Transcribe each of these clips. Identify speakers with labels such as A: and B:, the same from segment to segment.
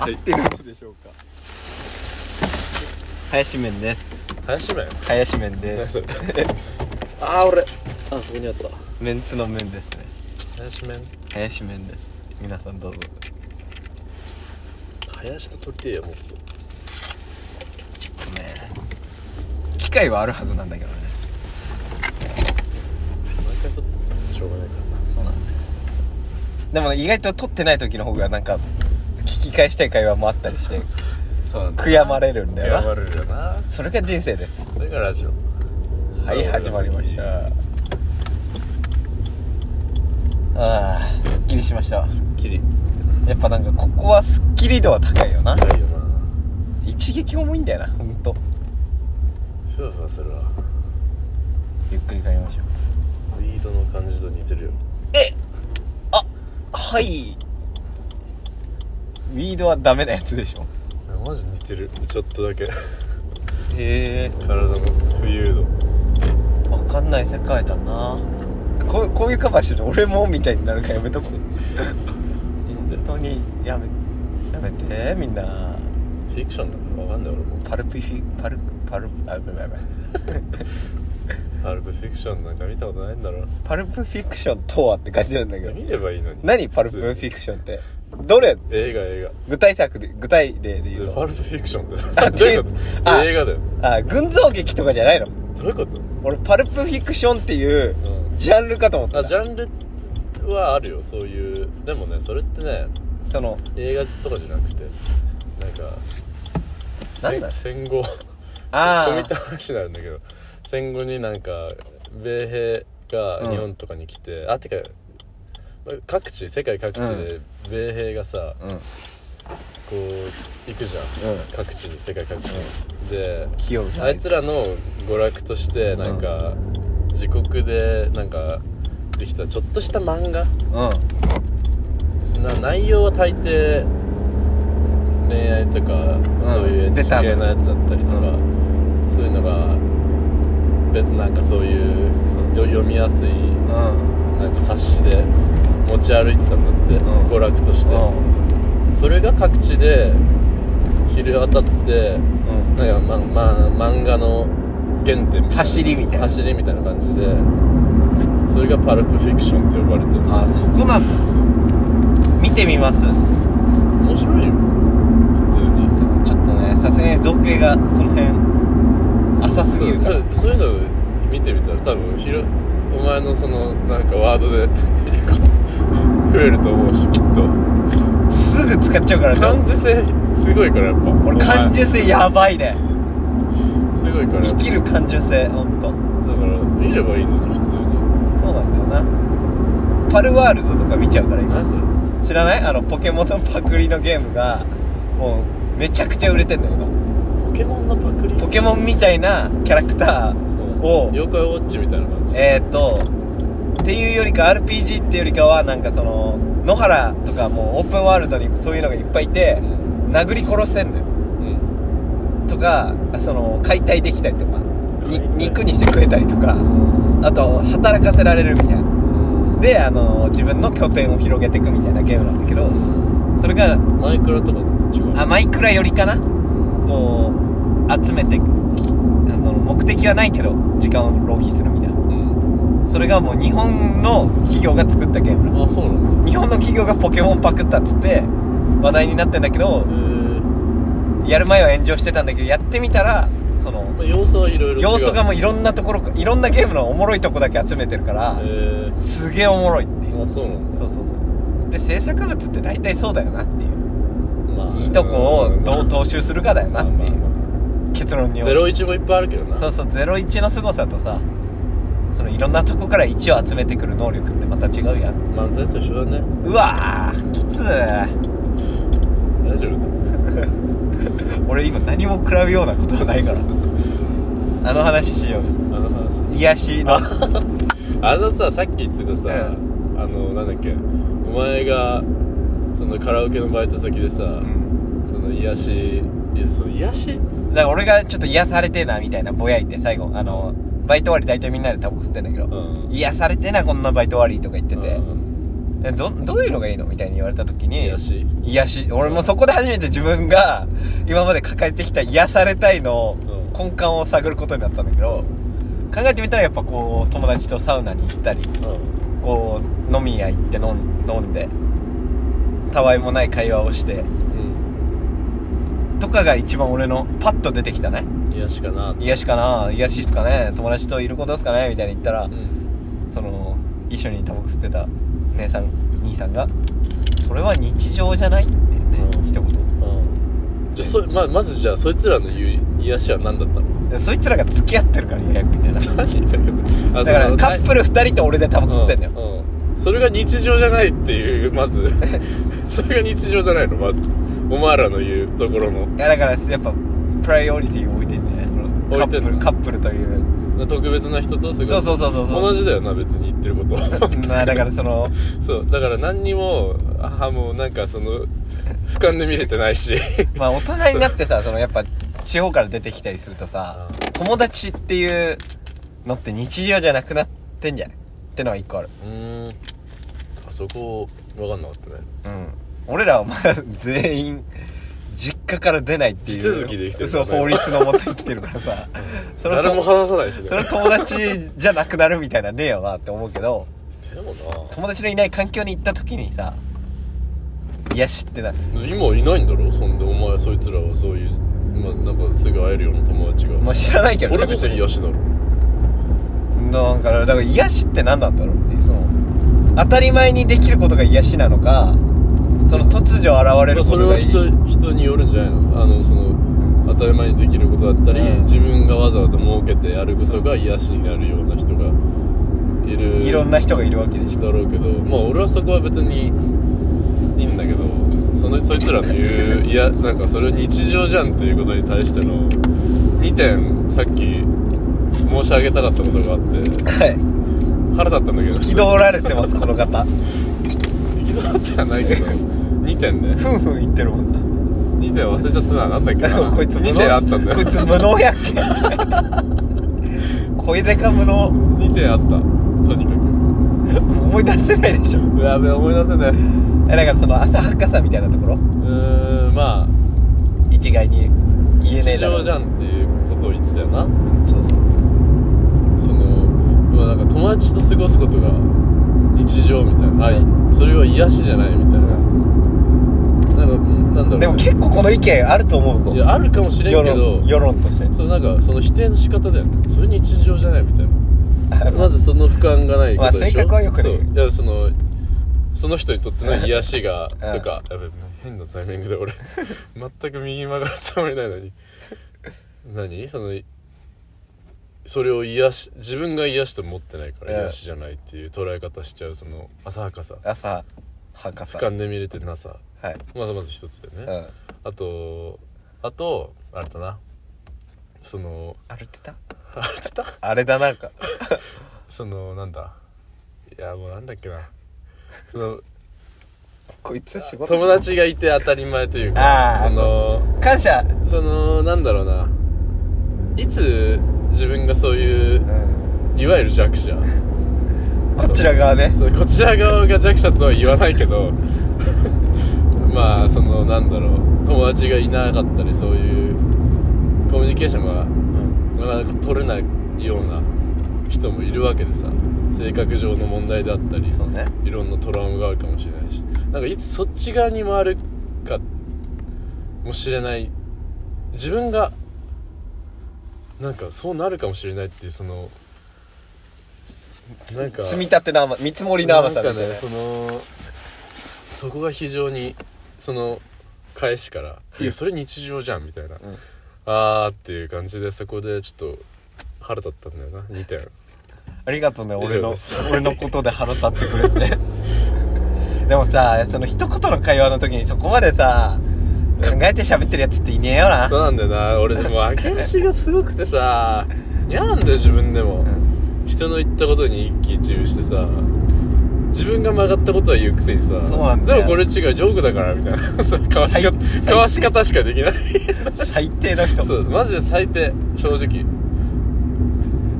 A: 合ってるのでしょうか
B: 林麺です
A: 林村よ
B: 林麺で
A: 何
B: す
A: それああ俺あそこにあった
B: メンツの麺ですね
A: 林麺
B: 林麺です皆さんどうぞ
A: 林と取りてえよもっと
B: ね機会はあるはずなんだけどね
A: 毎回取ってしょうがないからな
B: そうなんだよでもね意外と撮ってない時の方がなんか聞き返したい会話もあったりして
A: そうなん
B: 悔やまれるんだよ
A: 悔やま
B: な
A: れるよな
B: それが人生です
A: それがラジオ
B: はい始まりましたああすっきりしました
A: きり
B: やっぱなんかここはすっきり度は高いよな
A: ないよな
B: 一撃重いんだよなほんと
A: ふわふわするわ
B: ゆっくり帰りましょう
A: ウィードの感じと似てるよ
B: えあはいウィードはダメなやつでしょ
A: マジ似てるちょっとだ け
B: へえ
A: 体の浮遊度
B: 分かんない世界だなこうこういうカバーしてると俺もみたいになるからやめとこう
A: いいんだよ
B: 本当にやめやめてみんな
A: フィクションなんかわかんない俺も
B: パルピフィパルパルあごめんごめん
A: アルプフィクションなんか見たことないんだろ
B: パルプフィクションとはって感じなんだけど
A: 見ればいいのに
B: 何パルプフ
A: 普通
B: ィクションってどれ
A: 映画映
B: 具体作で具体例で言
A: 画
B: う
A: でパ
B: と
A: ルプフィクション だ
B: あ
A: よどういうこ
B: で
A: と
B: あ
A: 映画だよ
B: あ群像劇とかじゃないの
A: どういうこと
B: 俺パルプフィクションっていう
A: うん
B: ジャンルかと思った
A: あジャンルはあるよそういうでもねそれってね
B: その
A: 映画とかじゃなくてなんか
B: な
A: せ
B: んだ
A: 戦後込み
B: あ
A: た話になるんだけど戦後になんか米兵が日本とかに来て、あてかまあ各地世界各地で米兵がさ、
B: あうんうん
A: こう行くじゃん、各地に世界各地に、で
B: 器用じゃ
A: あ
B: ない
A: いつらの娯楽としてなんか、自国でなんかできたちょっとした漫画
B: うん
A: な内容は大抵恋愛とか、
B: ん
A: そういうエッ
B: ベ
A: チ
B: タな
A: 系のやつだったりとか、
B: う
A: そういうのがべなんかそういう、よ読みやすい
B: うん
A: なんか冊子で持ち歩いてたんだって、
B: ん
A: 娯楽として、
B: うん
A: それが各地で昼当たって
B: うん
A: なんか、まま、漫画の原点みたいな
B: 走りみたいな
A: 走りみたいな感じでそれがパルプフィクションって呼ばれてる
B: あそこなんだ
A: そう
B: 見てみます
A: 面白いよ普通に
B: そうちょっとねさすがに造形がその辺浅すぎるから
A: そうそうそういうの見てみたら多分ひろお前のそのなんかワードで 増えると思うしきっと
B: すぐ使っちゃうから
A: 感
B: ね
A: 受性すごいからやっぱ
B: 俺
A: お前
B: 感受性やばいね
A: すごいからだ
B: 生
A: か
B: きる感受性ほんと
A: ら見ればいいのに普通に
B: そうなんだよなパルワールドとか見ちゃうから今
A: 何それ
B: 知らないあのポケモンの パクリのゲームがもうめちゃくちゃ売れてんだけど
A: ポケモンのパクリ
B: ポケモンみたいなキャラクターを
A: 妖怪ウォッチみたいな感じ
B: えー、っとっていうよりか RPG っていうよりかはなんかその野原とかもうオープンワールドにそういうのがいっぱいいて
A: うん
B: 殴り殺せんのよ
A: うん
B: とかその解体できたりとかに
A: 解体
B: 肉にして食えたりとかあと働かせられるみたいなであの自分の拠点を広げていくみたいなゲームなんだけどそれが
A: マイクラとかと違う
B: あマイクラよりかなこう集めてきあの目的はないけど時間を浪費するみたいな
A: うん
B: それがもう日本の企業が作ったゲームなの
A: あそうなんだ
B: 日本の企業がポケモンパクったっつって話題になってんだけど
A: へえ
B: やる前は炎上してたんだけどやってみたらその
A: まあ要素はいろいろ違う
B: 要素がもういろんなところかいろんなゲームのおもろいとこだけ集めてるから
A: え
B: すげえおもろいってい
A: ー、
B: う
A: あそうなんだ
B: そうそうそうで制作物って大体そうだよなっていう
A: まあ
B: いいとこをどう踏襲するかだよな
A: まあ
B: っ
A: まあ
B: ていう
A: ま
B: 結論に
A: あ
B: 落
A: ゼ
B: ち
A: ロイチもいっぱいあるけどな
B: そうそう01の凄さとさそのいろんなとこから1を集めてくる能力ってまた違うやん
A: 漫才と一緒だね
B: うわーきつー
A: 大丈夫だ
B: 俺今何も比べようなことはないからあの話しよ
A: あ
B: う
A: の話
B: 癒しの
A: あのささっき言ってたさ、
B: う
A: あのなんだっけお前がそのカラオケのバイト先でさ、
B: うん
A: その癒しいやその癒し
B: だから俺がちょっと癒されてえなみたいなぼやいて最後あのバイト終わり大体みんなでタバコ吸ってんだけど
A: ん
B: 癒されてえなこんなバイト終わりとか言ってて
A: うん
B: えどどういうのがいいのみたいに言われた時に
A: 癒し
B: 癒し俺もそこで初めて自分が今まで抱えてきた癒されたいの
A: うん
B: 根幹を探ることになったんだけど考えてみたらやっぱこう友達とサウナに行ったり
A: うん
B: こう飲み屋行って飲ん飲んでたわいもない会話をしてとかが一番俺のパッと出てきたね
A: うん癒しかな
B: 癒しかな癒しっすかね友達といることっすかねみたいに言ったら、
A: うん
B: その一緒にタバコ吸ってた姉さん兄さんが「それは日常じゃない?」ってね、
A: うん
B: 一言
A: うんじゃあそままずじゃあそいつらの言う癒しは何だったの
B: でそいつらが付き合ってるからややみたいなだ
A: 何 だから
B: からカップル2人と俺でタバコ吸ってんだよ、
A: よそれが日常じゃないっていうまず それが日常じゃないのまずお前らの言うところの
B: いやだからやっぱプライオリティを置いてんじゃないそのカ
A: 置いて
B: ップ
A: ん
B: ル
A: の
B: カップルという
A: 特別な人と過ごす
B: そうそうそうそうそう
A: 同じだよな別に言ってること は
B: まあだからその
A: そうだから何にもあもうなんかその俯瞰で見れてないし
B: まあ大人になってさそのやっぱ地方から出てきたりするとさ友達っていうのって日常じゃなくなってんじゃないってのは一個ある
A: うーんあそこ分かんなかったね
B: うん俺らはまだ全員実家から出ないっていう
A: 地続きで生きてるか
B: そう
A: らね
B: 法律のもと生きてるからさそれ
A: 誰も話さないしね
B: それ友達じゃなくなるみたいなねえよなって思うけど
A: でも
B: 友達のいない環境に行った時にさ癒しってな
A: な今いないんだろそんでお前そいつらはそういう、まあ、なんかすぐ会えるような友達が
B: まあ知らないけど
A: そ
B: ね
A: れこそ癒しだろ
B: なんかだから癒しって何なんだろうっていうその当たり前にできることが癒しなのかその突如現れ
A: ま
B: る
A: あ、
B: こ
A: それ
B: と
A: は
B: がいい
A: 人人によるんじゃないのあのその当たり前にできることだったり、
B: うん
A: 自分がわざわざ設けてやることが癒しになるような人がいる
B: いろんな人がいるわけでしょ
A: だろうけどまあ俺はそこは別にいいんだけどそのそいつらの言ういやなんかそれは日常じゃんっていうことに対しての2点さっき申し上げたかったことがあって
B: はい
A: 腹立ったんだけど
B: 憤られてますこの方
A: 憤ってはないけど2点ね
B: ふんふん言ってるもんな
A: 2点忘れちゃったな なんだっけな
B: こいつ無
A: 2
B: 能
A: 点あったんだよ
B: こいつ無能やっけ声でか無能
A: 2点あったとにかく
B: 思い出せないでしょ
A: やべ思い出せないうん
B: えだからその浅はかさみたいなところ
A: ーんまあ
B: 一概に言えねえ
A: 日
B: だろ
A: 常じゃんっていうことを言ってたよな
B: そうそう
A: そのまあなんか友達と過ごすことが日常みたいなあいそれは癒しじゃないみたいななんかうんなんだろうね、
B: でも結構この意見あると思うぞ
A: いやあるかもしれんけど
B: 世論世論として
A: そのなんかその否定の仕方だよねそれ日常じゃないみたいなまずその俯瞰がないことでしょ、
B: まあ性格は良くない
A: そういやそのその人にとっての癒しが
B: うん
A: とかやべ変なタイミングで俺 全く右に曲がるつもりないのに何そのそれを癒し自分が癒しと思ってないから
B: うん
A: 癒しじゃないっていう捉え方しちゃうその浅はかさ
B: 朝はかさ
A: 俯瞰で見れてなさ
B: はい、
A: まずまず一つだよね、
B: うん、
A: あとあとあれだなその
B: あれってた
A: あれだ
B: あれだなんか
A: そのなんだいやもうなんだっけなその
B: こいつ仕事
A: 友達がいて当たり前というか
B: あー
A: その
B: 感謝
A: そのなんだろうないつ自分がそういううんいわゆる弱者
B: こちら側ね
A: そうこちら側が弱者とは言わないけど まあそのなんだろう友達がいなかったりそういうコミュニケーションが
B: うん
A: なかなか取れないような人もいるわけでさ性格上の問題であったり
B: そうね
A: いろんなトラウマがあるかもしれないしなんかいつそっち側に回るかもしれない自分がなんかそうなるかもしれないっていうそのなんか
B: 積み立ての甘見積もりの甘さみ
A: なん
B: た
A: か
B: いな
A: ねそのそこが非常にその返しから「いやそれ日常じゃん」みたいな、
B: ん
A: あーっていう感じでそこでちょっと腹立ったんだよな2点
B: ありがとうね
A: 以上
B: 俺の
A: です
B: 俺のことで腹立ってくれて でもさその一言の会話の時にそこまでさ考えて喋ってるやつっていねえよな
A: そうなんだよな俺でも揚げ足がすごくてさ嫌なんだよ自分でも、人の言ったことに一喜一憂してさ自分が曲がったことは言うくせにさ
B: そうなんだよ
A: でもこれ違うジョークだからみたいなそうかわし
B: 最
A: 方かわし方しかできない
B: 最低の人
A: そうマジで最低正直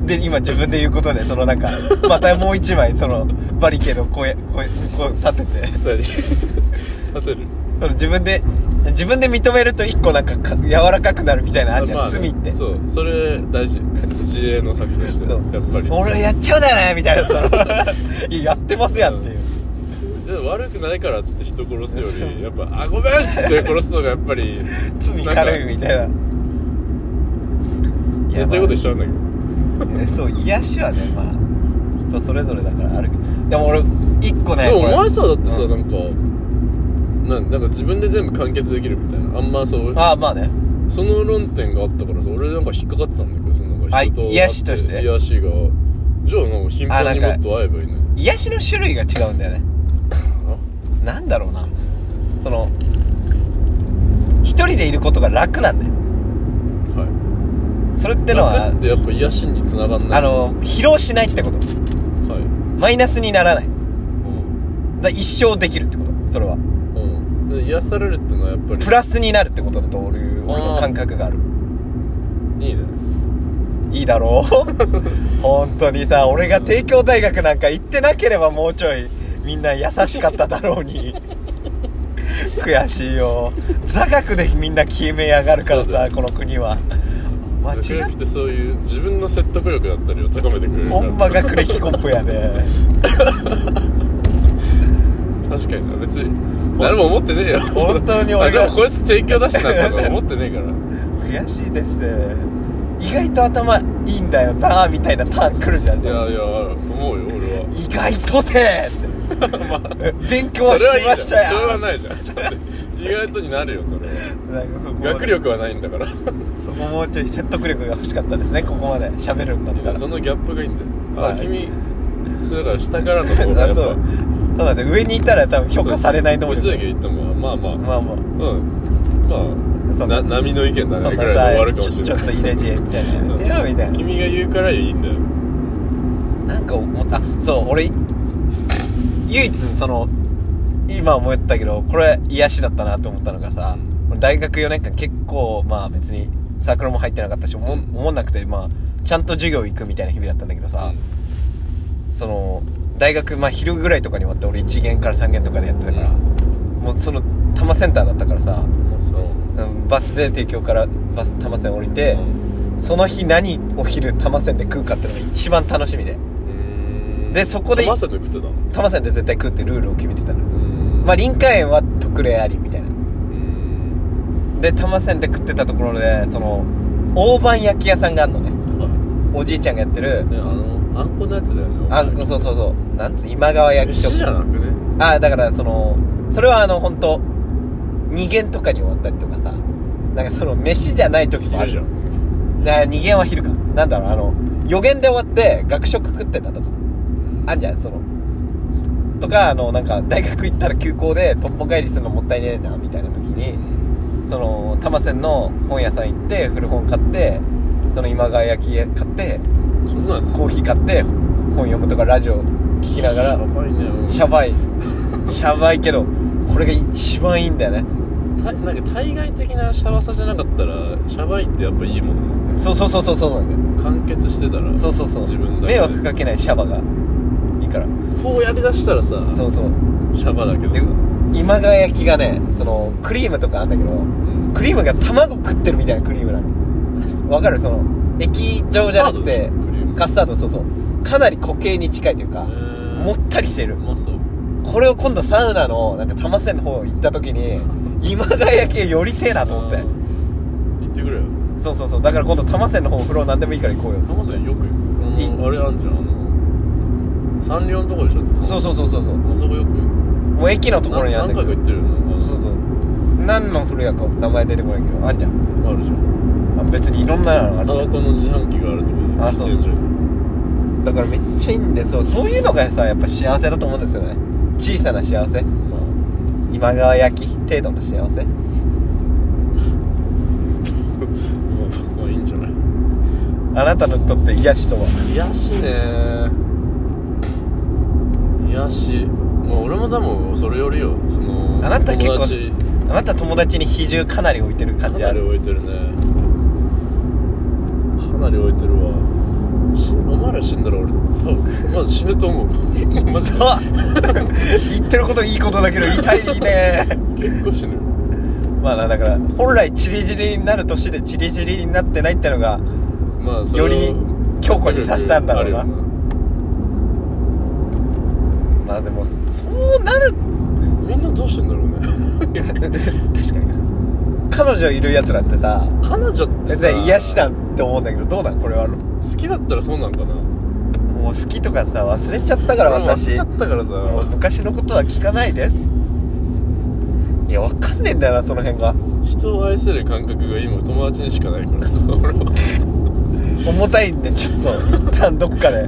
B: で今自分で言うことでそのなん かまたもう一枚そのバリケードをこうやこうやこう立てて
A: 何 立てる
B: その自分で自分で認めると一個なんかか柔らかくなるみたいなのあるじゃん、
A: まあ
B: 罪って
A: そうそれ大事自衛の策とし
B: そ
A: て
B: う
A: やっぱり
B: 俺やっちゃうだよねみたいな そのいややってますやんっていう、
A: で悪くないからっつって人殺すよ りやっぱ「あごめん!」っつって殺すのがやっぱり
B: 罪軽いみたいな
A: やってること一緒なんだ
B: ね そう癒しはねまあ人それぞれだからあるけどでも俺一個
A: け
B: ね
A: ど、でもお前さだってさ、
B: うん
A: なんかなんなんか自分で全部完結できるみたいなあんまそう
B: ああまあね
A: その論点があったからさ俺なんか引っかかってたんだけどそのなんか人と
B: あ癒しとして
A: 癒しがじゃあなんか頻繁にもっと会えばいいのに
B: 癒しの種類が違うんだよねなんだろうなその一人でいることが楽なんだよ
A: はい
B: それってのは
A: 楽ってやっぱ癒しにつながんない
B: あの疲労しないってこと
A: はい
B: マイナスにならないだから
A: う
B: 一生できるってことそれは
A: んうんで癒されるってのはやっぱり
B: プラスになるってことだと俺俺の感覚がある
A: いいね
B: いいだろう 本当にさ俺が帝京大学なんか行ってなければもうちょいみんな優しかっただろうに 悔しいよ座学でみんな決め上がるから
A: そうだ
B: さ
A: よ
B: この国は間
A: 学
B: 違っ
A: 歴ってそういう自分の説得力だったりを高めてくれるか
B: ほ
A: ら
B: んま学歴コンプやで
A: 確かにな別に誰も思ってねえよ
B: 本当に俺が
A: あでもこいつ提供出してたんだとか思ってねえから
B: 悔しいです意外と頭いいんだよなみたいなターン来るじゃん
A: いやいや思うよ俺は
B: 意外とて って勉強はし
A: それ
B: ま
A: はいい
B: し
A: じゃ
B: た
A: んそれは
B: よ
A: ないじゃんだって意外とになるよそ れ
B: な
A: は
B: んかそこ
A: 学力はないんだから
B: そこもうちょい説得力が欲しかったですねここまで喋るんだっ
A: い
B: た
A: や
B: ら
A: そのギャップがいいんだよあ、
B: はい
A: 君だから下からの方がや
B: あ
A: っ
B: そ
A: ぱ
B: うそうなんで上にいたら多分評価されないと思う
A: 星だけ言ってもまあまあ
B: まあまあ
A: うんま
B: そ
A: あ
B: う
A: な波の意見だ
B: そ
A: ね
B: ん
A: ぐ
B: な
A: らいで
B: さ
A: 終わるかもし
B: ちょ
A: れ
B: ち
A: な
B: ょ
A: い
B: っと入れ知恵みたいなでもみたいな
A: 君が言うからいいんだよ
B: なんか思ったあそう俺唯一その今思ったけどこれ癒しだったなと思ったのがさ俺大学4年間結構まあ別にサークルも入ってなかったし思思んなくてまあちゃんと授業行くみたいな日々だったんだけどさ、その大学、まあ、昼ぐらいとかに終わって俺1限から3限とかでやってたから、
A: うん
B: もうその多摩センターだったからさ
A: まあそう
B: うんバスで帝京からバス多摩線降りて、
A: うん
B: その日何お昼多摩線で食うかってのが一番楽しみで
A: うん
B: でそこで
A: まさに食ってたの
B: 多摩線で絶対食うってルールを決めてたの
A: うん
B: まあ臨海園は特例ありみたいな
A: うん
B: で多摩線で食ってたところでその大判焼き屋さんがあるのね
A: は
B: おじいちゃんがやってる
A: いねあのあんこのやつだよね
B: あんこそうそうそうなんつう今川焼き
A: 飯
B: とか
A: じゃなくね
B: ああだからそのそれはあの本当二限とかに終わったりとかさなんかその飯じゃない時もあ
A: 昼
B: る
A: じゃん
B: だから二限は昼かなんだろうあの予限で終わって学食食ってたとかあんじゃんそのとかあのなんか大学行ったら休校でとんぼ帰りするのもったいねえなみたいな時にその多摩線の本屋さん行って古本買ってその今川焼き買って
A: そんなんです
B: コーヒー買って本読むとかラジオ聞きながら
A: やばいねうん
B: シャバいシャバいけどこれが一番いいんだよね
A: たなんか対外的なシャワさじゃなかったらシャバいってやっぱいいもん
B: そうそうそうそうそうなんだよ
A: な完結してたら
B: そうそうそう
A: 自分だけ
B: 迷惑かけないシャバがいいから
A: こうやりだしたらさ
B: そうそう
A: シャバだけど
B: で
A: さ
B: 今川焼きがねそのクリームとかあんだけど
A: うん
B: クリームが卵食ってるみたいなクリームなのわかるその液状じゃなくてカ
A: カス
B: スタードそうそうかなり固形に近いというかも
A: も
B: ったりしてる
A: うまそう
B: これを今度サウナのなんか多摩線の方行った時に今川焼きがよりてえなと思って
A: うん行ってくれよ
B: そうそうそうだから今度多摩線の方お風呂何でもいいから行こうよ
A: 浜さんよく行く
B: いい
A: あのあれあんじゃんあのサンリオのとこでしょって
B: そうそうそうそうそう
A: あそこよく
B: もう駅のところにあ
A: なん
B: だ
A: 何
B: け
A: 回
B: ど
A: か行ってるよね
B: そうそうそう何の古屋か名前出てこないけどあんじゃん
A: あるじゃん
B: あ別にいろんなのある
A: タ
B: じゃん
A: バコの自販機があるとこで
B: あそうそう
A: 喫煙
B: だからめっちゃいいんでそうそういうのがさやっぱ幸せだと思うんですよね小さな幸せ
A: 所まあ
B: 今川焼き程度の幸せ
A: まあまあいいんじゃない
B: あなたにとって癒しとは
A: 癒しね癒しまあ俺もでもそれよりよその
B: あなた結構
A: 友達
B: あなた友達に比重かなり置いてる
A: か
B: 感じ
A: な
B: あ
A: り
B: る
A: 置いてるねかなり置いてるわ死んお前ら死んだら俺多分まず死ぬと思うマジで
B: あ 言ってることいいことだけど痛いね
A: 結構死ぬ
B: まあなだから本来チリチリになる年でチリチリになってないってのが
A: まあそれを
B: より強固にさせたんだろうな
A: あるよ
B: まあでもそうなる
A: みんなどうしてんだろうね
B: 確かにな彼女いるやつらってさ
A: 彼女って
B: 別
A: さ
B: に癒しだって思うんだけどどうなんこれはも
A: 好きだったらそうなんかな
B: う好きとかさ忘れちゃったから
A: 俺も忘
B: 私
A: れちゃったからさ
B: もう昔のことは聞かないでいやわかんねえんだよなその辺が
A: 人を愛せる感覚が今友達にしかないからさ 俺は
B: 重たいんでちょっと一旦どっかで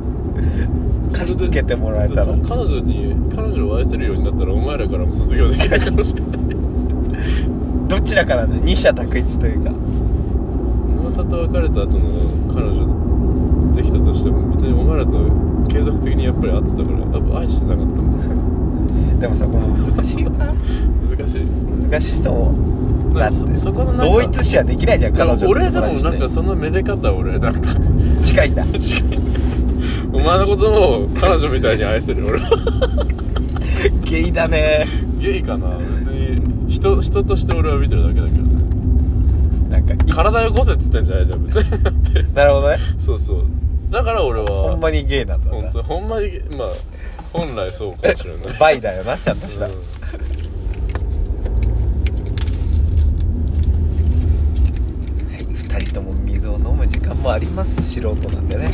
B: 貸し付けてもらえたら
A: 彼女に彼女を愛せるようになったらお前らからも卒業できないかもしれない
B: どちらからね二者択一というか
A: 沼田と別れた後の彼女できたとしても別にお前らと継続的にやっぱり会ってたからやっぱ愛してなかったんだよ
B: でもさこの難しいよな
A: 難しい
B: 難しいと思う
A: な
B: だ
A: んかそ
B: って
A: そこのなんか
B: 同一視はできないじゃん彼女と
A: 俺でも
B: 友達
A: なんか
B: っ
A: そのめで方俺なんか
B: て近いんだ
A: 近いお前のことを彼女みたいに愛せる俺は
B: ゲイだね
A: ゲイかな別に人人として俺は見てるだけだけどね
B: なんかい
A: 体が5せっつってんじゃないじゃん別にだって
B: なるほどね
A: そうそうだから俺は
B: ほんまにゲイなんだ
A: 本
B: な
A: 当ほんまにまあ本来そうかもしれない
B: バイだよなちゃんと した、はい、2人とも水を飲む時間もあります素人なんでね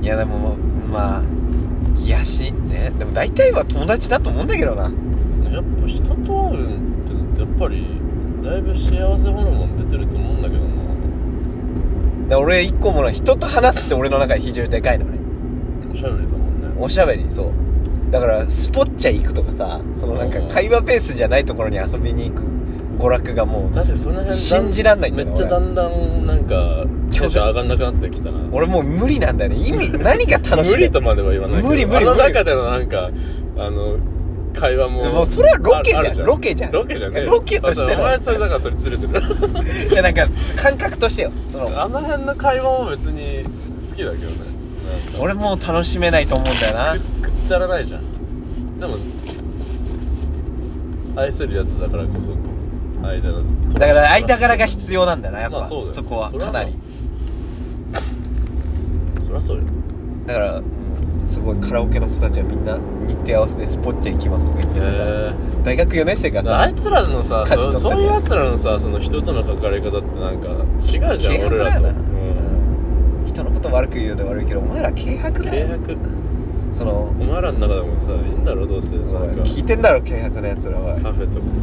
B: いやでもまあ癒しねでも大体は友達だと思うんだけどな
A: うんやっぱ人と会うってやっぱりだいぶ幸せホルモン出てると思うんだけどな
B: で俺一個もな人と話すって俺の中で非常にでかいのね
A: おしゃべりだもんね
B: おしゃべりそうだからスポッチャ行くとかさそのなんか会話ベースじゃないところに遊びに行く娯楽がもう
A: 確かにその辺だ
B: 信じらんないんだよね
A: めっちゃだんだんなんかテンション上がんなくなってきたな
B: 俺もう無理なんだよね意味何が楽しい
A: 無理とまでは言わないけど
B: 無理無理
A: あの
B: 無理
A: 中でのなんかあの会話も
B: もうそれはロケじゃん
A: ある
B: ロケじゃん
A: ロケじゃねえ
B: ロケとしての
A: あそうお前それだからそれずれてる
B: いやなんか感覚としてよその
A: あの辺の会話も別に好きだけどねなんか
B: 俺もう楽しめないと思うんだよな
A: くくだらないじゃんでも愛せるやつだからこそ間の
B: だから間柄が必要なんだなやっぱ、
A: まあそうだよ
B: そこは
A: それ
B: か
A: は
B: なり
A: そりゃそうよ
B: だからうんすごいカラオケの子たちはみんな日程合わせてスポッチャ行きますとか言っててさ
A: へ
B: 大学4年生が
A: だからあ
B: さ
A: いつらのさ
B: 舵取
A: そ
B: ったり
A: そういうやつらのさその人との関わり方ってなんか違うじ
B: 軽薄
A: ゃん俺
B: だ
A: ら
B: よ
A: と、
B: な、
A: うん、
B: うん人のこと悪く言うようで悪いけどお前ら軽薄だ
A: 契
B: よ
A: 約
B: その
A: お前らの中でもさいいんだろどうせ
B: お
A: な
B: 前
A: んか
B: 聞いてんだろ軽薄なやつらは
A: カフェとかさ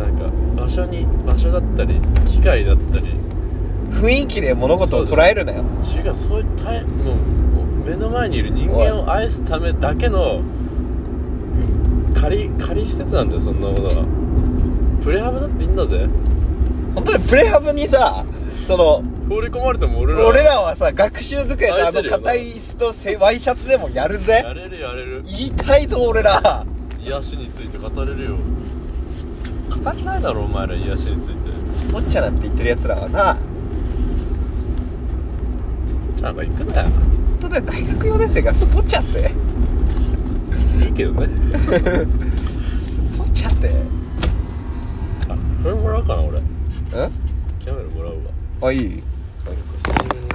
A: なんか場所に場所だったり機械だったり
B: 雰囲気で物事を捉えるなよ
A: 違うそういうたいもうもう目の前にいる人間を愛すためだけの仮仮施設なんだよそんなものはプレハブだっていいんだぜ
B: 本当にプレハブにさその
A: 放り込まれても俺ら
B: 俺らはさ学習机とあ
A: 愛せ
B: の
A: るよな
B: 硬い椅子とせワイシャツでもやるぜ
A: やれるやれる
B: 言いたいぞ俺ら
A: 癒しについて語れるよ語れないだろお前ら癒しについて
B: スポッチャなんて言ってるやつらはな
A: スポちゃんが行くなよ
B: 本当だよ大学4年生がスポッチャって
A: いいけどね
B: スポッチャって
A: あこれもらおうかな俺
B: うん
A: キャメルもらうわ
B: あいい
A: なんか久しぶりに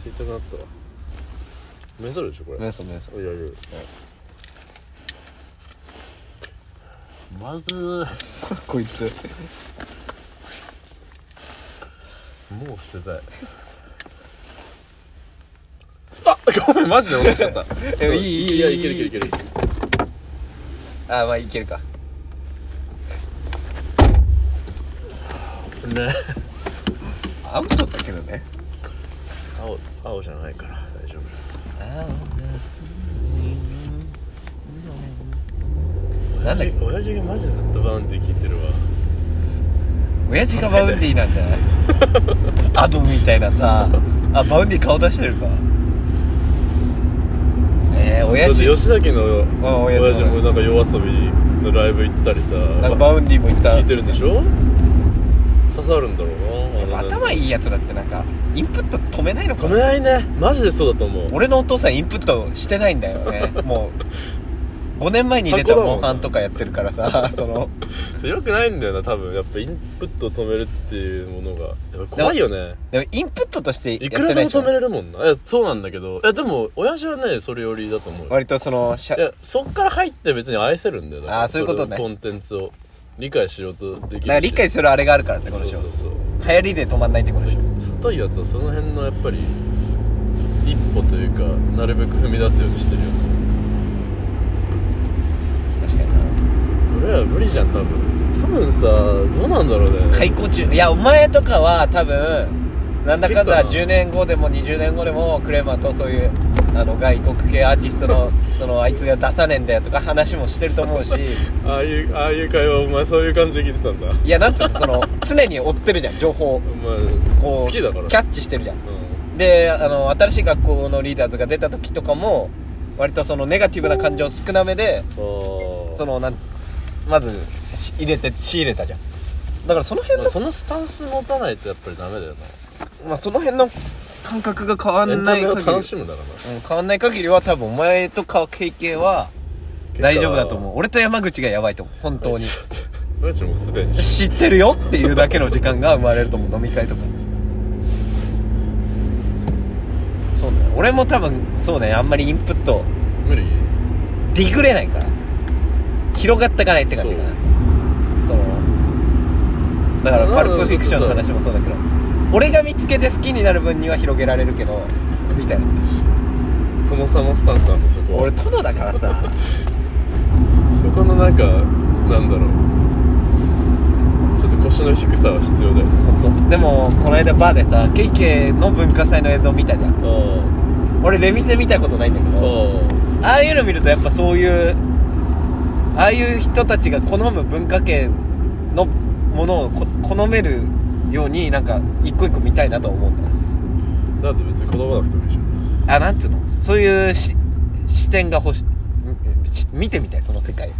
A: 吸いたくなったわ目覚めるでしょこれ
B: メソメソ
A: いやいやまずも
B: こいつ
A: う捨てたいあごめんマジで落としちゃった
B: えいいいい
A: や
B: いい
A: いけるいけるいける
B: あまあいけるか
A: ね
B: アウトだけどね
A: 青青じゃないから大丈夫
B: なんだっけ
A: 親父がマジずっとバウンディ聞いてるわ
B: 親父がバウンディなんじゃ ないアドみたいなさあバウンディ顔出してるかえー、
A: だ
B: 親
A: って
B: 父
A: 吉崎の
B: あ親父
A: 親父もなんか夜遊びのライブ行ったりさ
B: なんかバウンディも行った
A: 聞いてるんでしょ刺さるんだろうなあれね
B: 頭いいやつだってなんかインプット止めないのか
A: 止
B: な
A: めないねマジでそうだと思う
B: 俺のお父さんインプットしてないんだよねもう5年前に出たモンハンとかやってるからさその
A: よくないんだよな多分やっぱインプットを止めるっていうものがやっぱ怖いよね
B: でもインプットとしてや
A: い
B: っ
A: く
B: て
A: ら
B: な
A: で
B: い
A: も
B: でしょ
A: 止めれるもんないやそうなんだけどいやでも親父はねそれよりだと思うよ
B: 割とそのしゃ
A: いやそっから入って別に愛せるんだよだから
B: あーそういうことね
A: れコンテンツを理解しようとできるし
B: なんか理解するあれがあるからってこ
A: そ
B: と
A: う
B: でしょ
A: そうそう
B: 流行りで止まんないってことでしょ
A: 里いやつはその辺のやっぱり一歩というかなるべく踏み出すようにしてるよね
B: 確かにな
A: 俺ら無理じゃん多分多分さどうなんだろうね
B: 開口中いやお前とかは多分なんだかんだ
A: いけるかな
B: 10年後でも20年後でもクレーマーとそういうあの外国系アーティスト のそのあいつが出さねえんだよとか話もしてると思うし
A: ああいうああいう会話お前そういう感じで聞いてたんだ
B: いやなんつうのその常に追ってるじゃん情報を
A: お前
B: こう
A: 好きだから
B: キャッチしてるじゃん
A: う
B: であの新しい学校のリーダーズが出た時とかも割とそのネガティブな感情少なめで
A: んああ
B: そのなんまずし入れて仕入れたじゃんだからその辺
A: まあ
B: の、
A: そのスタンス持たないとやっぱりダメだよ
B: まあ、その辺の感覚が変わ
A: なエ
B: ん
A: ン
B: な
A: タ
B: い
A: メを
B: 限り、う
A: 楽
B: ん、
A: しむだろ
B: 変わんない限りは多分お前とか経験は大丈夫だと思う俺と山口がやばいと思う本当に
A: うちもうすでに
B: 知ってるよっていうだけの時間が生まれると思う飲み会とかそうね俺も多分そうねあんまりインプット
A: 無理
B: ディグれないから広がってかないって感じかなそのだからパルプフィクションの話もそうだけど俺が見つけて好きになる分には広げられるけ どみたいな
A: 殿様スタンスなんだそこは
B: 俺殿だからさ
A: そこのなんかなんだろうちょっと腰の低さは必要だよね
B: 本当でもこの間バーでさケイケイの文化祭の映像見たじゃん
A: あ
B: 俺レミセ見たことないんだけ
A: あ
B: ど
A: あ
B: ああいうの見るとやっぱそういうああいう人たちが好む文化圏のものをこ好めるようになんか一個一個見たいなと思うんだよ
A: あだって別に言葉なくてもいいじゃん
B: あなんつうのそういうし視点が欲しみし見てみたいその世界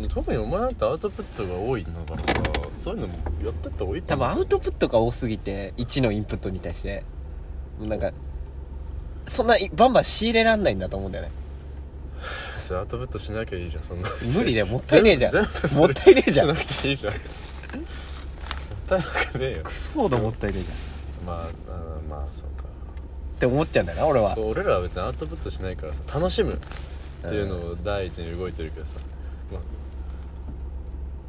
A: うん特にお前なんてアウトプットが多いんだからさそういうのもやってった方がいい
B: 多
A: と思
B: 分
A: う
B: アウトプットが多すぎて1のインプットに対してなんかそんないバンバン仕入れらんないんだと思うんだよね
A: それアウトプットしなきゃいいじゃんそんな
B: 無理だよもったいねえじゃん
A: 全部
B: もったいねえじゃん
A: しなくていいじゃんもったいなくねえよ
B: クソほどもったいねえじゃんっ
A: まああーまあそうか
B: て思っちゃうんだよな俺は
A: 俺らは別にアウトプットしないからさ楽しむっていうのを第一に動いてるけどさ、まあ、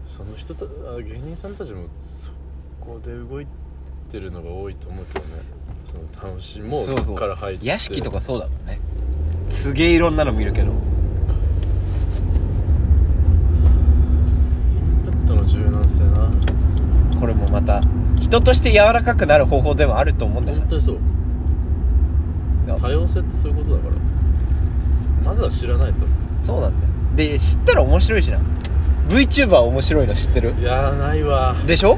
A: その人たあ芸人さんたちもそこで動いてるのが多いと思うけどねその楽しも
B: そうそう
A: うから入って
B: 屋敷とかそうだもんねすげえいろんなの見るけど
A: インプットの柔軟性な
B: これもまた人として柔らかくなる方法でもあると思うんだよ
A: 本当にそう
B: な
A: 多様性ってそういうことだからまずは知らないと
B: そうなんだよで知ったら面白いしな VTuber 面白いの知ってる
A: いやーないわ
B: でしょ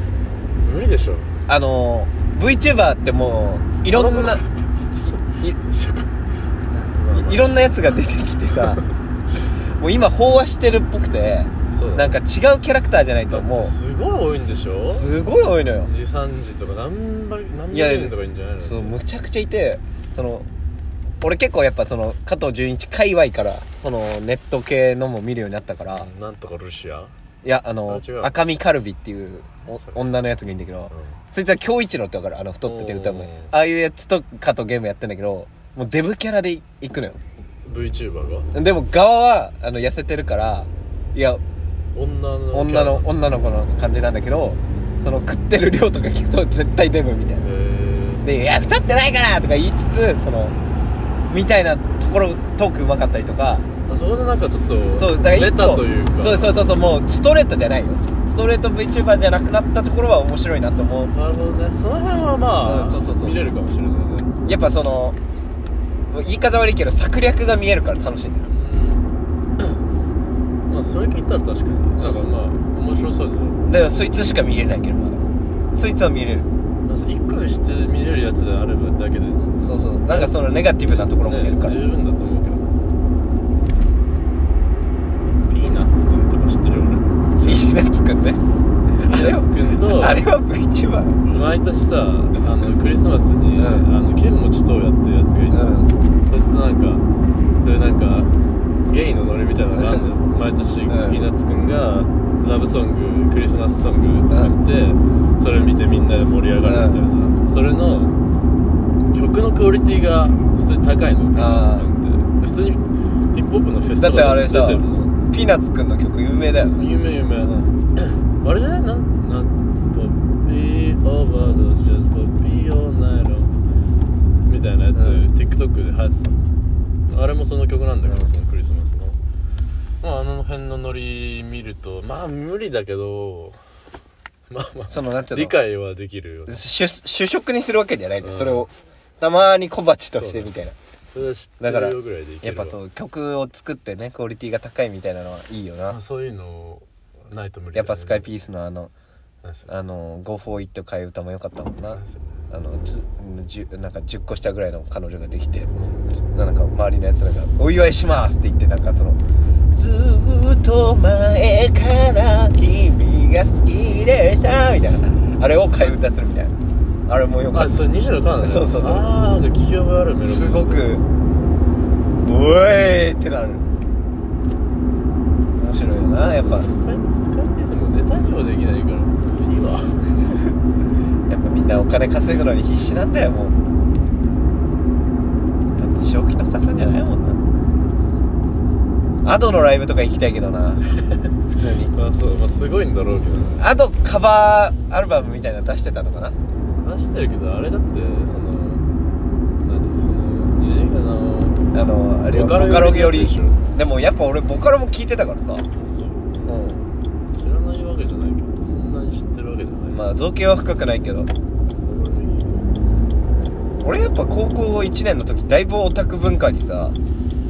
A: 無理でしょ
B: あのー VTuber ってもういろん な
A: あの
B: い
A: ちょ
B: いいろんなやつが出てきて さもう今飽和してるっぽくて
A: そう
B: な
A: だ
B: んか違うキャラクターじゃないと
A: だっ
B: も
A: てすごい多いんでしょ
B: うすごい多いのよ
A: 2時3時とか何倍何
B: いや
A: 百人とかいいんじゃないの
B: そうむちゃくちゃいてその俺結構やっぱその加藤純一界隈からそのネット系のも見るようになったから
A: なんとかルシア、
B: いやあの
A: あ違う
B: 赤身カルビっていうお
A: それ
B: 女のやつがいいんだけど
A: う
B: そいつは京一郎ってわかるあの太ってて歌うの
A: おー
B: ああいうやつと加藤ゲームやってんだけどもうデブキャラで行くのよ
A: ん、VTuber が
B: でも側はあの痩せてるからいや
A: 女の
B: 女の女の子の感じなんだけどその食ってる量とか聞くと絶対デブみたいな
A: え
B: で「いや太ってないから!」とか言いつつそのみたいなところトークうまかったりとか
A: ー、あそこでなんかちょっと
B: そうだから
A: 出
B: 一
A: た
B: 個
A: というか
B: そうそうそうそうもうストレートじゃないよストレート VTuber じゃなくなったところは面白いなと思う
A: なるほどねその辺はまあ、
B: うんそうそうそう
A: 見れるかもしれないね
B: やっぱそのもう言い方悪いけど策略が見えるから楽しいんだよ
A: うんまあそれ聞いたら確かに
B: そうそう
A: なんかまあ面白そうだね
B: だからそいつしか見れないけどまだそいつは見れる
A: まず一個にして見れるやつであればだけで
B: そうそうなんかそのネガティブなところも見えるから、
A: ね、十分だと思うけどピーナッツくんとか知ってるよ俺
B: いいねつくんね
A: ピーナッツくんと
B: あれは VTuber?
A: 毎年さあのクリスマスに、
B: うん
A: あの剣持とうやってるやつがいて、
B: うん
A: そいつとなんかそういうなんかゲイのノリみたいなのがあんのよ毎年 ピ
B: うん
A: ーナッツくんがラブソングクリスマスソング作って、それ見てみんなで盛り上がるみたいな、それの曲のクオリティが普通に高いのよピーナッツくんって普通にヒップホップのフェス
B: だ
A: と
B: ってあ
A: か
B: れ
A: 出て
B: さ
A: るもん
B: ピーナッツくんの曲有名だよね
A: 有名有名、あれじゃないなんなんポッピーオーバードーシャスポッピーオーナイロみたいなやつ、
B: うん
A: TikTok で流行ってたのあれもその曲なんだけど、
B: うん
A: そのクリスマスのまああの辺のノリ見るとまあ無理だけどまあまあ
B: そのなんていうの
A: 理解はできるよね
B: 主主食にするわけじゃないんだよ
A: うん
B: それをたまに小鉢としてみたいな
A: それは知
B: だ
A: っ
B: か
A: て
B: ら
A: るよぐらいでいけ
B: やっ
A: るわ
B: ぱそう曲を作ってねクオリティが高いみたいなのはいいよ
A: まあ
B: な
A: そういうのないと無理だ
B: やっ
A: よ
B: ぱ
A: ね
B: スカイピースのあの
A: なんすよ
B: あの「ゴーフォーイット替え歌」も良かったもんな
A: なんすよ
B: あのつじゅなんか10個下ぐらいの彼女ができてつなんか周りのやつらが「お祝いします」って言ってなんかその「ずーっと前から君が好きでした」みたいなあれを替え歌するみたいなあれもよか
A: あ
B: った
A: それ西野カナだね
B: そうそうそう
A: ああ聞き覚えあるメロディー
B: すごく「おえー!」ってなる面白いよなやっぱ
A: スカイスカイピースもネタにもできないからいいわ
B: やっぱみんなお金稼ぐのに必死なんだよもうだって正気の沙汰じゃないもんなアドのライブとか行きたいけど な普通に
A: まあそうまあすごいんだろうけどね
B: アドカバーアルバムみたいなの出してたのかな
A: 話してるけどあれだってその何その二次元の
B: あのあれ
A: ボカロ
B: ボカロよ
A: 寄り
B: り
A: でしょ
B: でもやっぱ俺ボカロも聞いてたからさ
A: そう
B: う
A: 知らないわけじゃないけどそんなに知ってるわけじゃない
B: んまあ造形は深くないけど俺やっぱ高校1年の時だいぶオタク文化にさ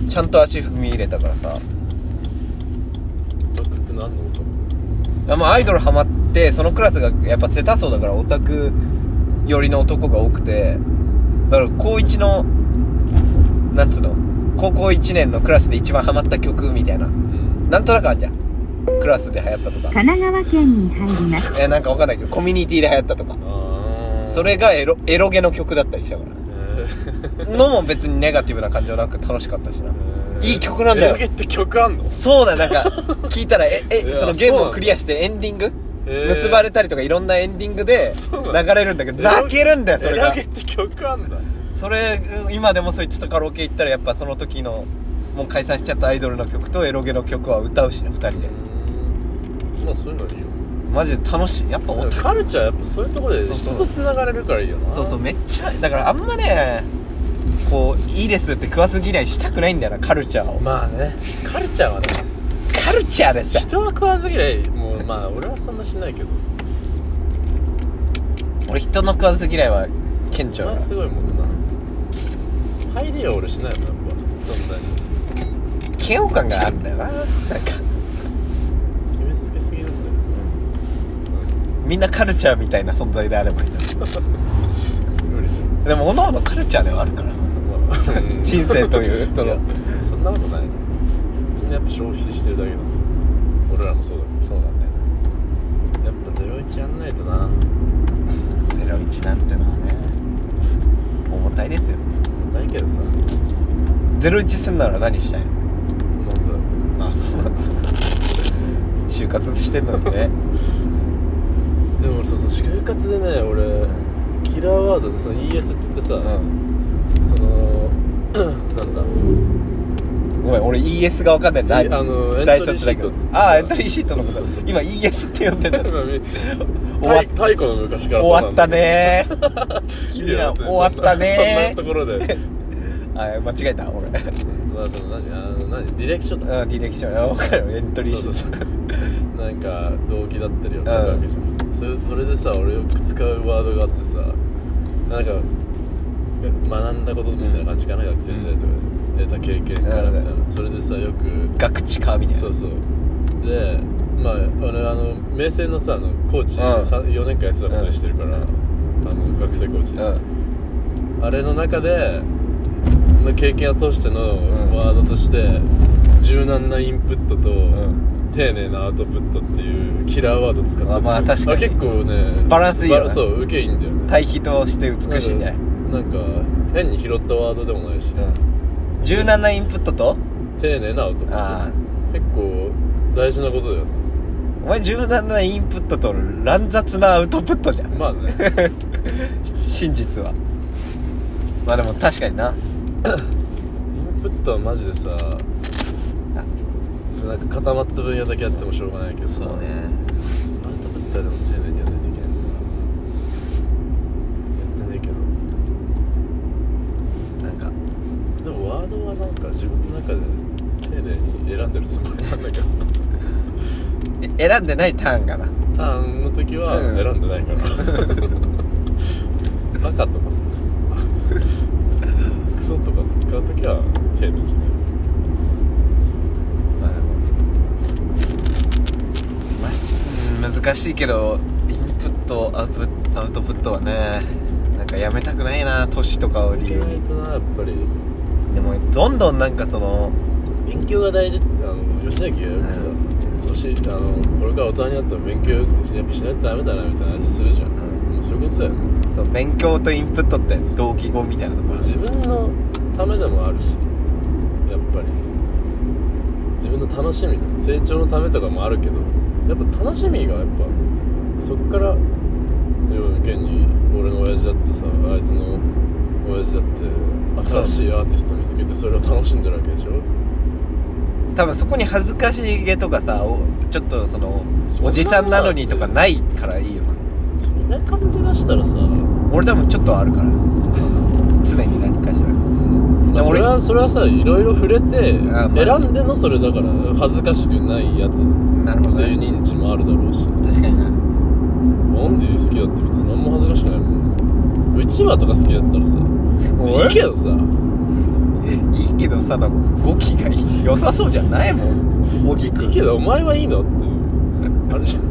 B: ちゃんと足踏み入れたからさ
A: オタクって何のオタ
B: あまあアイドルハマってそのクラスがやっぱセタ層だからオタク寄りの男が多くてだから高1のなんつうの高校1年のクラスで一番ハマった曲みたいな
A: クうん
B: なんとなくあんじゃんクラスで流行ったとか
C: 神奈川県に入ります。
B: えなんかわかんないけどコミュニティで流行ったとか
A: ああ
B: それがエロエロゲの曲だったりしたか
A: えー
B: らのも別にネガティブな感情なく楽しかったしな
A: えー
B: いい曲なんだよ
A: エロゲって曲あんの
B: そうだなんか聞いたらええ
A: いや
B: そのゲーム
A: そ
B: を
A: うなんだ
B: クリアしてエンディング
A: へー
B: 結ばれたりとかいろんなエンディングで
A: そうなんだ
B: 流れるんだけど泣けるんだよそれ
A: エ
B: が
A: ロゲって曲あんだ
B: それ今でもそいつとカラオケ行ったらやっぱその時のもう解散しちゃったアイドルの曲とエロゲの曲は歌うしな2人で
A: うんまあそういうのいいよ
B: マジで楽しいやっぱオタ
A: カルチャーやっぱそういうところで
B: そうそう
A: 人と繋がれるからいいよな
B: そうそうめっちゃだからあんまねこういいですって食わず嫌いしたくないんだよなカルチャーを
A: まあねカルチャーはね
B: カルチャーですよ
A: 人は食わず嫌いもうまあ俺はそんなしないけど
B: 俺人の食わず嫌いは顕著
A: お前
B: だ
A: すごいもんな入りは俺しないもんやっぱそんなに
B: 嫌悪感があるんだよななんか
A: 決めつけすぎなんだよ
B: みんなカルチャーみたいな存在であればいいのに
A: 無理じゃん
B: でも各々カルチャーではあるから
A: まあ
B: 人生というそ
A: い
B: の
A: やそんなことないねみんなやっぱ消費してるだけだ俺らもそうだ
B: そうなんだよ
A: けどやっぱゼロイチやんないとな
B: ゼロ一なんてのはね重たいですよ
A: 重たいけどさもう
B: ゼロ一すんなら何したいの
A: さ
B: あそうなんだ 就活してんのにね
A: でも俺そうそう就活でね俺キラーワードでその ES っつってさ、
B: うん
A: その なんだ
B: ごめん俺 ES が分かんないんだ
A: いあの
B: 大
A: エントリー
B: 卒だけど
A: シートっつって
B: ああエントリーシートのこと
A: そうそうそう
B: 今 ES って呼んでんだ
A: 今み
B: 終わっ
A: 太太古の昔から
B: 終わったねー
A: そうなんだ
B: 君
A: いや
B: ら
A: 別
B: 終
A: にそんな
B: わったね
A: そんなところで
B: ーあ間違えた俺
A: まあその何あの何履歴書とか
B: うん履歴書あ分かるよエントリーシ
A: そうそう
B: ー
A: そ
B: ト
A: うなんか動機だったりを書くわけじゃんそれそれでさ俺よく使うワードがあってさなんか学んだことみたいな感じかな学生時代とかで得た経験からみたいなそれでさよく
B: 学知かみたいな
A: そうそうでまあ俺あの明青のさあのコーチ、
B: うん
A: さん、4年間やってたことにしてるから、
B: うん
A: あの学生コーチ、
B: うん
A: あれの中での経験を通しての
B: ん
A: ワードとして、柔軟なインプットと、
B: ん
A: 丁寧なアウトプットっていうキラーワード使って
B: あまあ確かに
A: あ結構ね
B: バランスいいよな
A: バそう受けいいんだよね
B: 対比として美しいね
A: なんかなんか変に拾ったワードでもないし、
B: うん柔軟なインプットと
A: 丁寧なアウトプッ
B: ああ
A: ト結構大事なことだよね
B: お前柔軟なインプットと乱雑なアウトプットじゃん
A: ま あね
B: 真実はまあでも確かにな
A: インプットはマジでさなんか固まった分野だけやってもしょうがないけどさ
B: そうね
A: アウトプットはでも丁寧にやらないといけないんだなやってねえけど
B: なんか
A: でもワードはなんか自分の中で丁寧に選んでるつもりなんだけど
B: え選んでないターンがな
A: ターンの時は
B: うん
A: 選んでな いから、バカとかさクソとか使う時は丁寧じゃない
B: まあでもまあちうん難しいけどインプットアウトアウトプットはねなんかやめたくないな年とかを理由
A: 続けない
B: に
A: となやっぱり
B: でもどんどんなんかその
A: 勉強が大事ってあの吉崎がよくさ、
B: うん
A: 年あのこれから大人になったら勉強よくやっぱしないとダメだなみたいな話するじゃん、
B: ん
A: もうそういうことだよね
B: そう勉強とインプットって同義語みたいなとこある
A: 自分のためでもあるしやっぱり自分の楽しみの成長のためとかもあるけどやっぱ楽しみがやっぱそっから要は現に俺の親父だってさあいつの親父だって新しいアーティスト見つけてそれを楽しんでるわけでしょ
B: 多分そこに恥ずかしげとかさおちょっとその
A: そんなの
B: おじさんなのにとかないからいいよな
A: そんな感じ出したらさ、
B: 俺多分ちょっとあるから常に何かしら
A: まあそれはそれはさいろいろ触れて
B: あまあ
A: 選んでのそれだから恥ずかしくないやつっ
B: なるほど
A: ていう
B: ね
A: 認知もあるだろうし
B: 確かにな
A: オンディ好きだって別に何も恥ずかしくないもんうちわとか好きだったらさ
B: おい
A: いいけどさ
B: いいけどさの語気が良さそうじゃないもんおぎく
A: いいけどお前はいいのっていうあれじゃん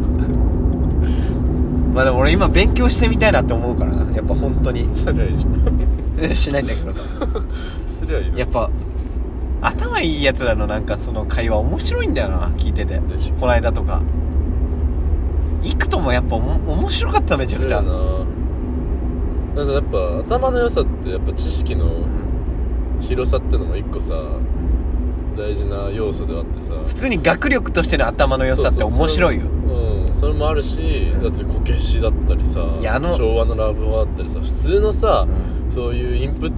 B: まあでも俺今勉強してみたいなって思うからなやっぱ本当に
A: そりゃいいじゃん
B: しないんだけどさ
A: そりゃいいの
B: やっぱ頭いいやつらのなんかその会話面白いんだよな聞いてて
A: でしょ
B: この間とか行くともやっぱおも面白かっためちゃくちゃ
A: そりゃいいなだからやっぱ頭の良さってやっぱ知識の広さってのも一個さ大事な要素であってさ
B: 普通に学力としての頭の良さって面白いよ
A: そうそううんそれもあるしだってこけしだったりさ
B: いやあの
A: 昭和のラブホだったりさ普通のさ、
B: う
A: そういうインプッ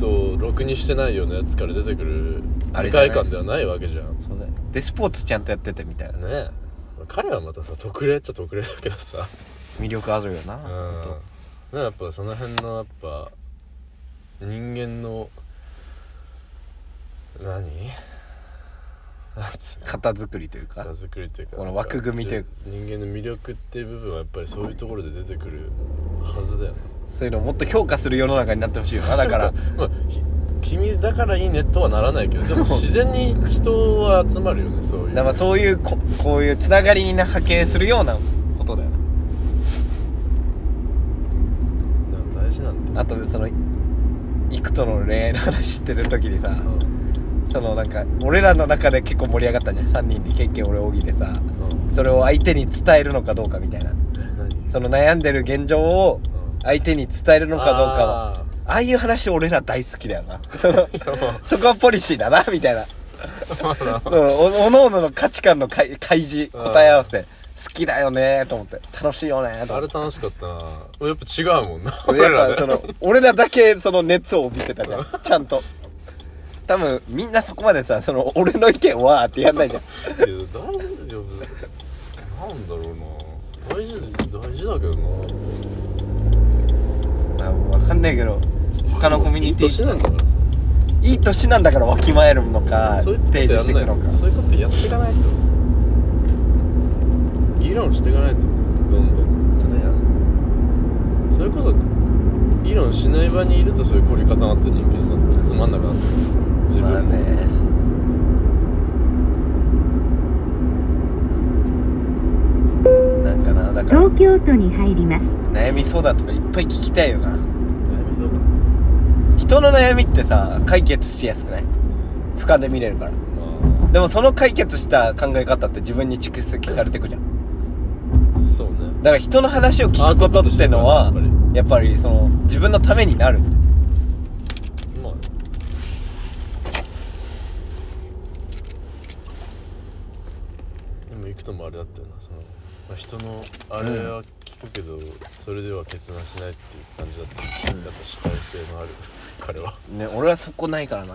A: トをろくにしてないようなやつから出てくる
B: あ
A: 世
B: れじゃない
A: 界観ではないわけじゃんね
B: そうだよでスポーツちゃんとやっててみたいな
A: え彼はまたさ特例っちゃ特例だけどさ
B: 魅力あるよな
A: うん
B: ほんと
A: ねやっぱその辺のやっぱ人間の何 なんつうの
B: 型作りというか
A: 型作りというか
B: この枠組みというか
A: 人間の魅力っていう部分はやっぱりそういうところで出てくるはずだよね
B: そういうのをもっと評価する世の中になってほしいよなだから
A: まあひ君だからいいねとはならないけどでも自然に人は集まるよねそういう
B: だからそういうここういうつながりに派遣するようなことだよな
A: でも大事なんだよ
B: あとその幾との恋愛の話してる時にさそのなんか俺らの中で結構盛り上がったじゃん3人でケッケ俺荻でさ
A: うんうん
B: それを相手に伝えるのかどうかみたいな
A: え何
B: その悩んでる現状を
A: うん
B: 相手に伝えるのかどうかは
A: あ
B: ああいう話俺ら大好きだよ なその
A: ーいやもう
B: そこはポリシーだなみたいなそのおおのおのの価値観のかい開示
A: うん
B: 答え合わせ好きだよねーと思って楽しいよねーと
A: あ
B: 思
A: れ
B: って
A: 楽しかったなやっぱ違うもんな俺
B: やっ
A: らね
B: ぱその俺らだけその熱を帯びてたじゃんちゃんと多分みんなそこまでさその俺の意見はってやんないじゃん
A: いや大丈夫なんだろうな大事大事だけどな
B: 分かんないけど他のコミュニテ
A: いい年
B: ィ
A: なんだからさ
B: いい年なんだからわきまえるのか
A: そう
B: 提
A: いう
B: 示
A: ことや
B: していく
A: ら
B: の
A: ない
B: か
A: とそういうことやっていかないと議論していかないとどん
B: 本当だよ
A: どんそれこそ議論しない場にいるとそういう凝り固まって人間になってつまんなくなってくる自分
B: まあ
A: も
B: ねなんかなだから
C: 東京都に入ります。
B: 悩み相談とかいっぱい聞きたいよな
A: 悩みそうだ
B: 人の悩みってさ解決しやすくない俯瞰で見れるから
A: ま
B: でもその解決した考え方って自分に蓄積されてくじゃん
A: そうね
B: だから人の話を聞くことっての
A: ア
B: は
A: ウトプット
B: やっぱりその自分のためになる
A: まあでも行くともあれだったよなその、まあ、人のあれは聞くけど、それでは決断しないっていう感じだった、
B: うん
A: やっぱ主体性のある 彼は
B: ね俺はそこないからな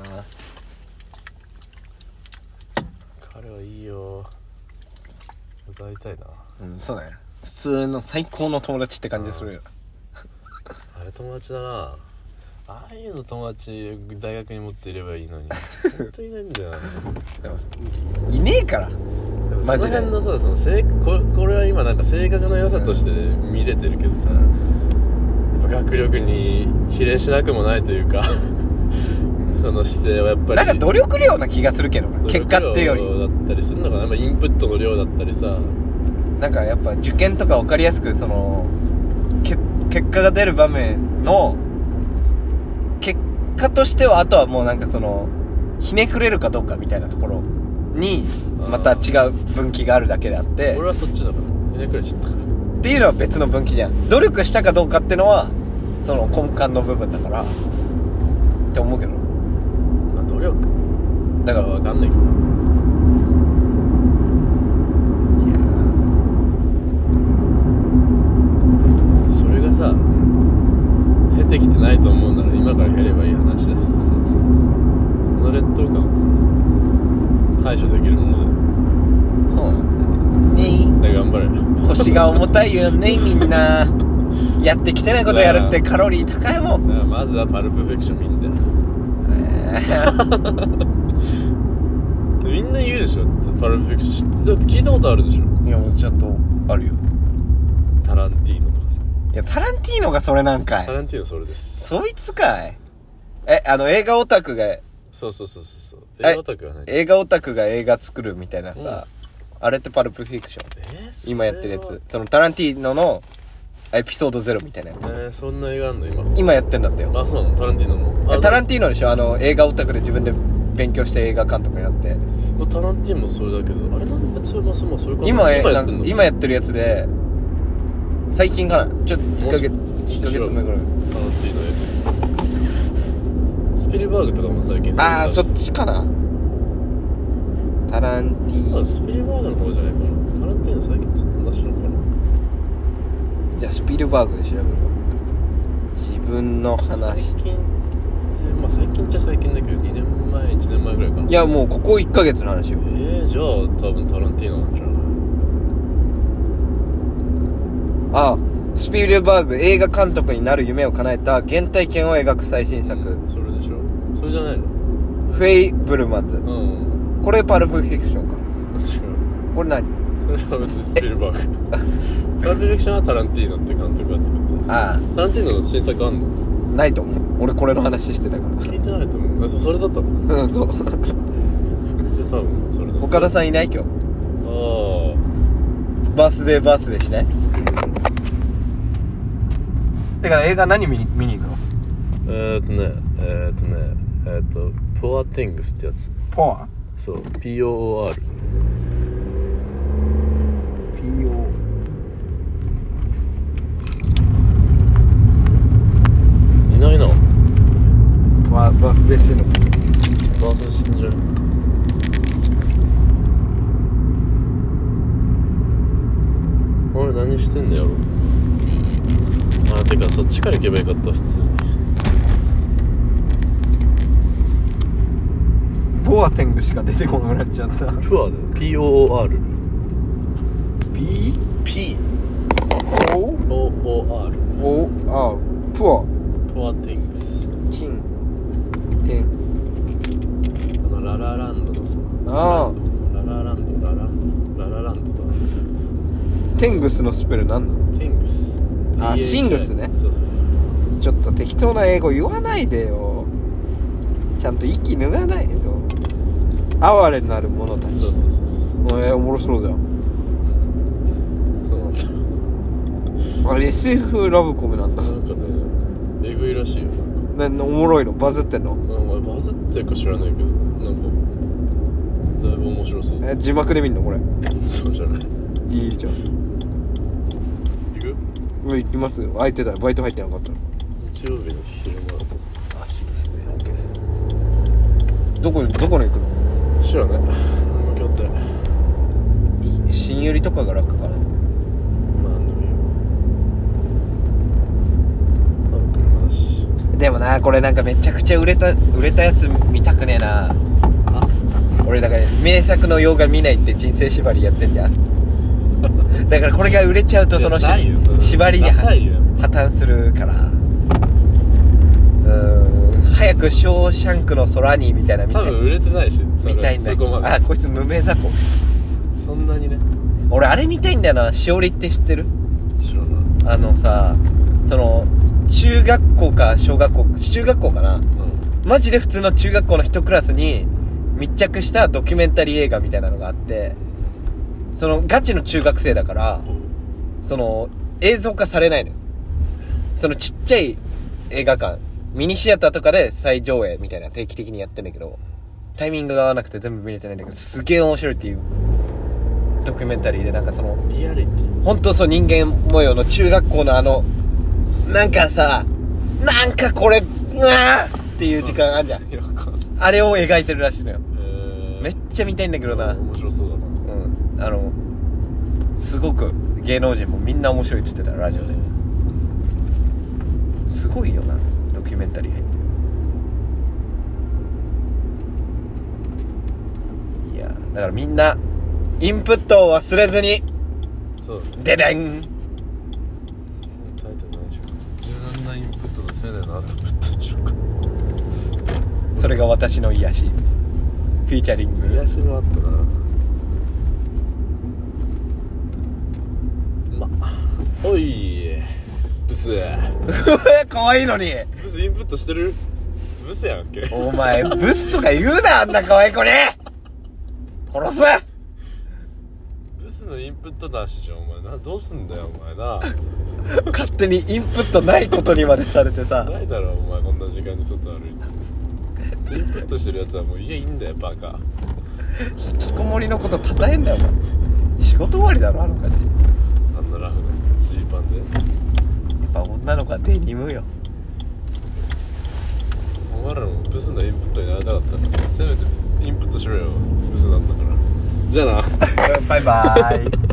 A: 彼はいいよ歌いたいな
B: うんそうだね普通の最高の友達って感じするよ
A: あれ友達だなああいうの友達大学に持っていればいいのに本当にいないんだよな
B: でもいねえから
A: でもそ
B: マ
A: の
B: ジで
A: 辺のさその性ここれは今なんか性格の良さとして見れてるけどさ、やっぱ学力に比例しなくもないというか その姿勢はやっぱり
B: なんか努力量な気がするけどな
A: 努
B: 結
A: 力
B: 果っていうより
A: 量だったりするのかな、まあ、インプットの量だったりさ
B: なんかやっぱ受験とか分かりやすくそのけ結果が出る場面の結果としてはあとはもうなんかそのひねくれるかどうかみたいなところにまた違う分岐があるだけであって
A: 俺はそっちだからひねくれちゃったから
B: っていうのは別の分岐じゃん努力したかどうかってのはその根幹の部分だからって思うけど
A: まあ努力
B: だからい
A: 分かんないけど
B: やー
A: それがさ減ってきてないと思うなら今から減ればいい話ですそうそうその劣等感はさ対処できるもの
B: そうなんだねね
A: だよで頑張れ
B: 腰が重たいよねみん なやってきてないことやるってカロリー高いもん
A: だからまずはパルプフェクション見んだよみんな言うでしょパルプフェクション知ってだって聞いたことあるでし ょ
B: いやもうちゃんとあるよ
A: タランティーノとかさ
B: いやタランティーノがそれなんか
A: タ
B: い
A: ランティーノそれです
B: そいつかいえあの映画オタクが
A: そうそうそうそうそう
B: え
A: 映画オタクはない
B: 映画オタクが映画作るみたいなさ、あれってパルプフィクション
A: えーそれは
B: 今やってるやつそのタランティーノのエピソードゼロみたいなや
A: え
B: つ
A: ー、そんな映画あんの今
B: 今やってんだったよ
A: あそうなのタランティーノもあ
B: タランティーノでしょあの映画オタクで自分で勉強して映画監督になって
A: まあタランティーノもそれだけどあれなんかそれまあそうまあそれか
B: 今え
A: 今や
B: な
A: ってん
B: ん
A: の
B: か今やってるやつで最近かなちょっと1ヶ月1ヶ月前ぐらい
A: タランティーノのやつスピルバーグとかも最近それ
B: ああ
A: 出し
B: そっちかなタランティー
A: あスピルバーグの方じゃないかなタランティーノ最近ちょっと出したのかな
B: じゃあスピルバーグで調べるわ自分の話
A: 最近ってまあ最近っちゃ最近だけど2年前1年前ぐらいかない
B: やもうここ1ヶ月の話よ
A: えー、じゃあ多分タランティーノなんじゃな
B: あスピルバーグ映画監督になる夢を叶えた原体験を描く最新
A: い
B: 作
A: うんそれでしょそれじゃないの
B: 「フェイ・ブルマンズ
A: うん」
B: これパルプフィクションか
A: 違う
B: これ何
A: それは別にスピルバーグパルプフィクションはタランティーノって監督が作ったやつ
B: あ
A: タランティーノの新作あんの
B: あないと思う俺これの話してたか
A: 聞いてないと思うあそそれだったの
B: ら うんそう
A: じゃあ多分それだ
B: 岡田さんいない今日
A: ああ
B: バースデーバースデーしないてか映画何見に見に行くの
A: えー、っとねえー、っとねえー、っと「Poor Things」ってやつ
B: ポア
A: そう POR
B: PO
A: いないな
B: ババースデーしてるの
A: バース死んじゃうあれ何してんだやろあてかそっちから行けばよかった普通に
B: ボアテングしか出てこなくなっちゃった
A: プアだよ POOR
B: B?
A: P
B: O?
A: OOR
B: O? あポ
A: Poor Things
B: アキンテン
A: あのララランドのさ
B: あ
A: ララランドラランドララランドだ
B: テングスのスペルなんなの
A: Things
B: あ
A: THI
B: シングスね
A: そうそうそう
B: ちょっと適当な英語言わないでよちゃんと息脱がないと哀れなる者たち
A: そうそうそうそう
B: えー、おもろそうじゃん
A: そうなんだ
B: あれ SF ラブコメなんだ
A: なんかねえぐいらしいよ
B: なおもろいのバズってんの
A: なんかお前バズってるか知らないけどなんかだいぶ面白そう
D: え字幕で見んのこれ
A: そうじゃない
D: いいじゃん
A: 行く
D: もう行きますよ空いてたらバイト入ってなかったら
A: 日曜日の昼間だと
B: あ昼ですね OK です
D: どこどこに行くの
A: 知らない何も決まってない
B: 新百合とかが楽かな
A: まあ何でもいいよ多分車だし
B: でもなこれなんかめちゃくちゃ売れた売れたやつ見たくねえな俺だから名作の洋画見ないって人生縛りやってんじゃんだからこれが売れちゃうとそのし
A: いやないよそれ
B: 縛りには
A: ダサいよやっ
B: 破綻するからうーん早く「ショーシャンクの空に」みたいな見た
A: 多
B: い
A: 分売れてないしそれ
B: 見たいんだ
A: そ
B: け
A: こま
B: ど
A: で
B: あこいつ無名雑魚
A: そんなにね
B: 俺あれ見たいんだよなしおりって知ってる
A: 知らない
B: あのさその中学校か小学校中学校かな
A: うん
B: マジで普通の中学校の一クラスに密着したドキュメンタリー映画みたいなのがあってそのガチの中学生だからその映像化されないのよそのちっちゃい映画館ミニシアターとかで再上映みたいな定期的にやってんだけどタイミングが合わなくて全部見れてないんだけどすげえ面白いっていうドキュメンタリーでなんかその
A: リアリティ
B: 本当そう人間模様の中学校のあのなんかさなんかこれうわーっていう時間あるじゃん
A: いやわかんない
B: あれを描いてるらしいのよ
A: えー
B: めっちゃ見たいんだけどなうん
A: 面白そうだな
B: あのすごく芸能人もみんな面白いっつってたラジオですごいよなドキュメンタリー入ってるいやーだからみんなインプットを忘れずに
A: そうだね
B: ででん
A: タイトル何でしょうか柔軟なインプットのせいだなと思ったでしょうか
B: それが私の癒しフィーチャリング
A: 癒しもあったなまおいブス
B: かわいいのに
A: ブスインプットしてるブスやんけ
B: お前ブスとか言うなあんな可愛い子に殺す
A: ブスのインプットだしじゃんお前などうすんだよお前な
B: 勝手にインプットないことにまでされてさ
A: ないだろお前こんな時間に外歩いてインプットしてるやつはもう家いいんだよバカ
B: 引きこもりのことたえんだよお前仕事終わりだろあの感じ
A: あんなラフなジーパンで
B: やっぱ女の子はデニムよ
A: お前らもブスのインプットになりたかったらせめてインプットしろよブスなんだからじゃあな
B: バイバーイ